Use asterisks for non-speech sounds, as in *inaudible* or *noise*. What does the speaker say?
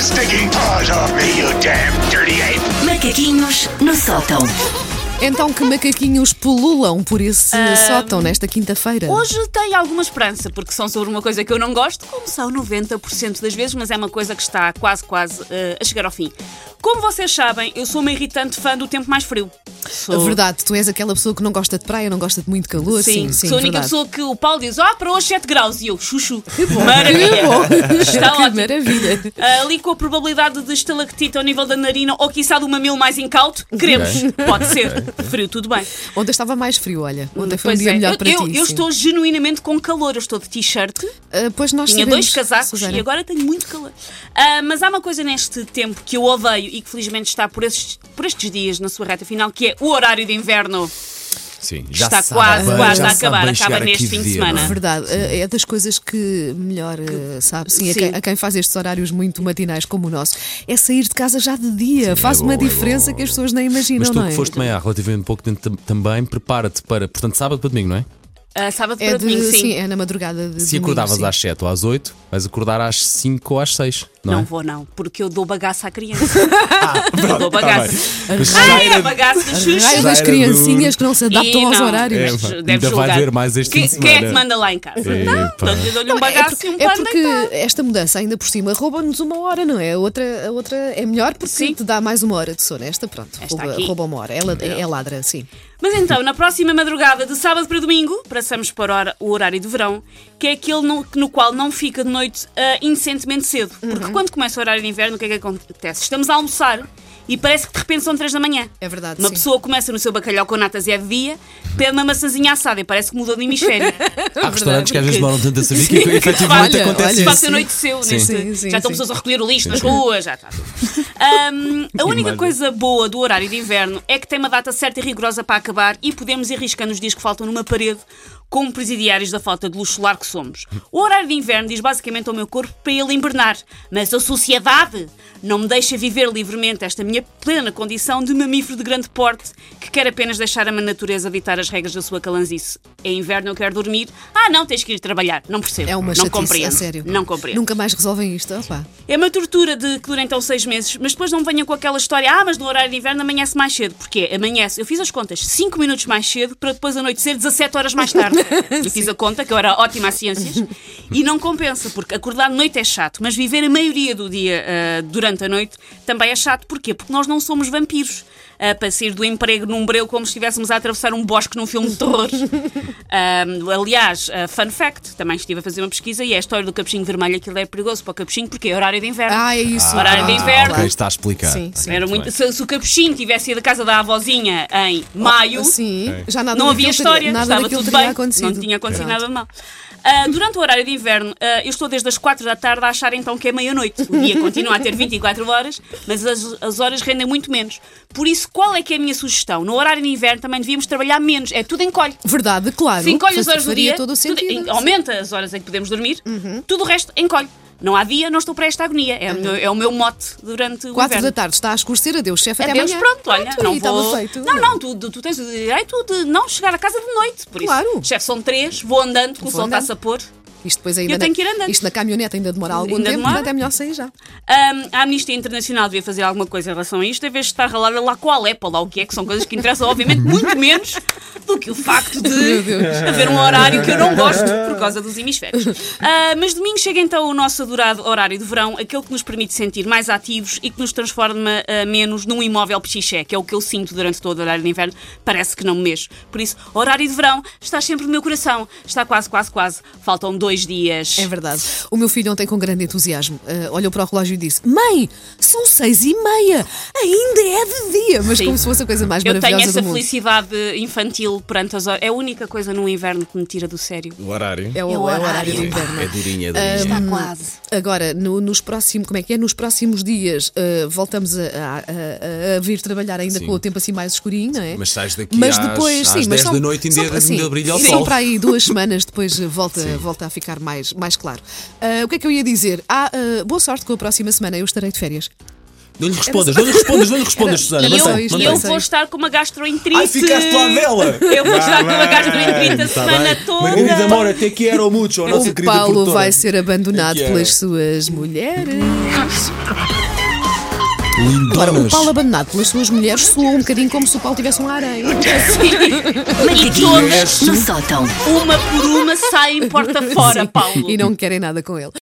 sticking paws off me, you damn dirty ape! Macaquinhos no sótão. Então que macaquinhos pululam por esse sótão nesta quinta-feira? Hoje tenho alguma esperança, porque são sobre uma coisa que eu não gosto, como são 90% das vezes, mas é uma coisa que está quase, quase eh, a chegar ao fim. Como vocês sabem, eu sou uma irritante fã do tempo mais frio. A Sou... É Verdade, tu és aquela pessoa que não gosta de praia, não gosta de muito calor. Sim, sim, sou a única verdade. pessoa que o Paulo diz: Ah, para hoje 7 graus. E eu, chuchu. Maravilha. *laughs* Que bom. Está que ótimo. maravilha. Ali com a probabilidade de estalactite ao nível da narina ou quiçá de uma mil mais incauto, queremos. Pode ser. Frio, tudo bem. Ontem estava mais frio, olha. Ontem foi um Pois dia é. melhor eu, para eu- ti. eu sim. estou genuinamente com calor. Eu estou de t-shirt. Ah, pois nós Tinha sabemos, dois casacos Susana. e agora tenho muito calor. Ah, mas há uma coisa neste tempo que eu odeio e que felizmente está por estes, por estes dias na sua reta final, que é o horário de inverno. Sim, está sabe quase, bem- quase já a sabe acabar. bem Acaba chegar a neste que fim de dia, semana. não é? Verdade, é é das coisas que melhor eh, sabe, sim, A, sim. quem, a quem faz estes horários muito matinais como o nosso, é sair de casa já de dia. faz bom, uma é diferença bom. que as pessoas nem imaginam, Mas tu não é? que foste também há relativamente pouco tempo tam- também, prepara-te para, portanto, sábado para domingo, não é? Ah, sábado é para de- domingo, sim. sim, é na madrugada de Se domingo, acordavas sim. às 7 ou às 8, vais acordar às 5 ou às 6, não, Não é? Ah, vou, não, porque eu dou bagaço à *laughs* criança. eu Tá dou bagaço. Mas já Ai, é era- bagaço do Raio Xuxa. das era criancinhas que não se E adaptam aos não, horários. mas É, deves ainda vai julgar. ver mais este Que- fim de Quem é que semana. É, manda lá em casa? Não, Epá. portanto, eu dou-lhe um Não, é bagaço porque, e um é pano porque deitado. esta mudança, ainda por cima, rouba-nos uma hora, não é? A outra, a outra é melhor porque Sim. te dá mais uma hora de sono. Esta, pronto, Esta rouba, aqui. rouba uma hora. Ela é, é ladra, sim. Mas então, na próxima madrugada, de sábado para domingo, passamos para o hora- o horário de verão, que é aquele no, no qual não fica de noite ah, indecentemente cedo. Uhum. Porque quando começa o horário de inverno, o que é que acontece? Estamos a almoçar e parece que de repente são três da manhã. É verdade, Uma sim. pessoa começa no seu bacalhau com natas e é de dia, pede uma maçãzinha assada e parece que mudou *laughs* de hemisfério. Há restaurantes que às vezes Porque- demoram tanto a *laughs* saber que efetivamente Olha, acontece olha, De isso. facto, anoiteceu. Sim. neste- Sim, sim, já estão sim. pessoas a recolher o lixo nas ruas. Já está. tudo. Ahm, a única Imagem. coisa boa do horário de inverno é que tem uma data certa e rigorosa para acabar e podemos ir riscando os dias que faltam numa parede como presidiários da falta de luz solar que somos. O horário de inverno diz basicamente ao meu corpo para ele invernar, mas a sociedade não me deixa viver livremente esta minha plena condição de mamífero de grande porte que quer apenas deixar a minha natureza ditar as regras da sua calanzice. É inverno, eu quero dormir. Ah, não, tens que ir trabalhar. Não percebo. É uma não chatice, compreendo. a sério. Não compreendo. Nunca mais resolvem isto. Opa. É uma tortura de que dura então seis meses, mas depois não venham com aquela história, ah, mas no horário de inverno amanhece mais cedo. Porquê? Amanhece. Eu fiz as contas 5 minutos mais cedo para depois anoitecer 17 horas mais tarde. Eu fiz a conta, que eu era ótima a ciências, e não compensa, porque acordar de noite é chato, mas viver a maioria do dia ah, durante a noite também é chato. Porquê? Porque nós não somos vampiros. ah, para sair do emprego num breu como se estivéssemos a atravessar um bosque num filme de terror. Um, aliás, uh, fun fact, também estive a fazer uma pesquisa e é a história do capuchinho vermelho, aquilo é perigoso para o capuchinho porque é horário de inverno. Ah, é isso. Ah, horário de pronto, inverno. claro. Ok, está a explicar. Sim, sim. Era muito- se, se o capuchinho tivesse ido à casa da avózinha em maio, Oh, Sim, já nada não havia daquilo teria- história, nada estava daquilo tudo teria bem, acontecido. não tinha acontecido Pronto. nada de mal. Ah, durante o horário de inverno, ah, eu estou desde as 4 da tarde a achar então que é meia-noite. O dia continua a ter 24 horas, mas as, as horas rendem muito menos. Por isso, qual é que é a minha sugestão? No horário de inverno também devíamos trabalhar menos, é tudo encolhe. Verdade, claro. Se encolhe as Faz- horas do faria dia, todo o tudo- sentido. Uhum. em- aumenta as horas em que podemos dormir, tudo o resto encolhe. Não há dia, não estou para esta agonia. É, o meu- é o meu mote durante o Quatro da inverno. tarde está a escurecer, adeus, chefe, até Adeus, amanhã. pronto, olha, Pronto, não e estava vou... feito. Não, não, tu, tu tens o direito de não chegar a casa de noite, por Claro. isso. Chefe, são três, vou andando, que Vou o sol está-se andando. a pôr. Isto depois ainda Eu na- tenho que ir andando. Isto na caminhonete ainda demora algum Ainda tempo, demora. portanto é melhor sair já. Ahm, a Amnistia Internacional devia fazer alguma coisa em relação a isto, em vez de estar ralada lá com a Alepa, lá o que é, que são coisas que interessam, *laughs* obviamente, muito menos do que o facto Meu de Deus. haver um horário que eu não gosto por causa dos hemisférios. Ah, mas domingo chega então o nosso adorado horário de verão, aquele que nos permite sentir mais ativos e que nos transforma ah, menos num imóvel pichiché, que é o que eu sinto durante todo o horário de inverno, parece que não me mexo. Por isso, horário de verão está sempre no meu coração, está quase, quase, quase. Faltam dois dias. É verdade. O meu filho ontem, com grande entusiasmo, eh, olhou para o relógio e disse: Mãe, são seis e meia, ainda é de dia. Mas Sim. como se fosse a coisa mais Eu tenho maravilhosa essa do mundo. felicidade infantil perante as horas. É a única coisa no inverno que me tira do sério. O horário. É o, É o é o horário horário. de inverno. É durinha, é durinha. Está quase. Agora, no- nos próximos, como é que é? Nos próximos dias eh, voltamos a, a- a- a vir trabalhar ainda Sim. com o tempo assim mais escurinho, não é? Mas sais daqui mas às- depois, às sim, mas 10 são- da noite ainda são- ainda sim, brilha ao sim, sol. para aí duas *laughs* semanas depois eh, volta, volta a ficar Eh, mais, mais claro. Ah, o que é que eu ia dizer? Ah, ah, boa sorte com a próxima semana, eu estarei de férias. Não lhe respondas, não lhe respondas, não lhe respondas, Susana. Era E só mantém, isto. eu, e eu mantém. vou estar com uma gastroenterite. Ai, ficaste lá *laughs* dela! Eu vou estar com uma bem, gastroenterite a Tá semana bem. toda. Margarida Moura, até que era o Mucho, a nossa O querida Paulo produtora. vai ser abandonado Aqui é. pelas suas mulheres. Ora, o Lindonas. Paulo abandonado pelas suas mulheres soou um bocadinho como se o Paulo tivesse um harém. E Macaquinhos todas, no sótão. *laughs* uma por uma, saem porta fora, Paulo. E não querem nada com ele.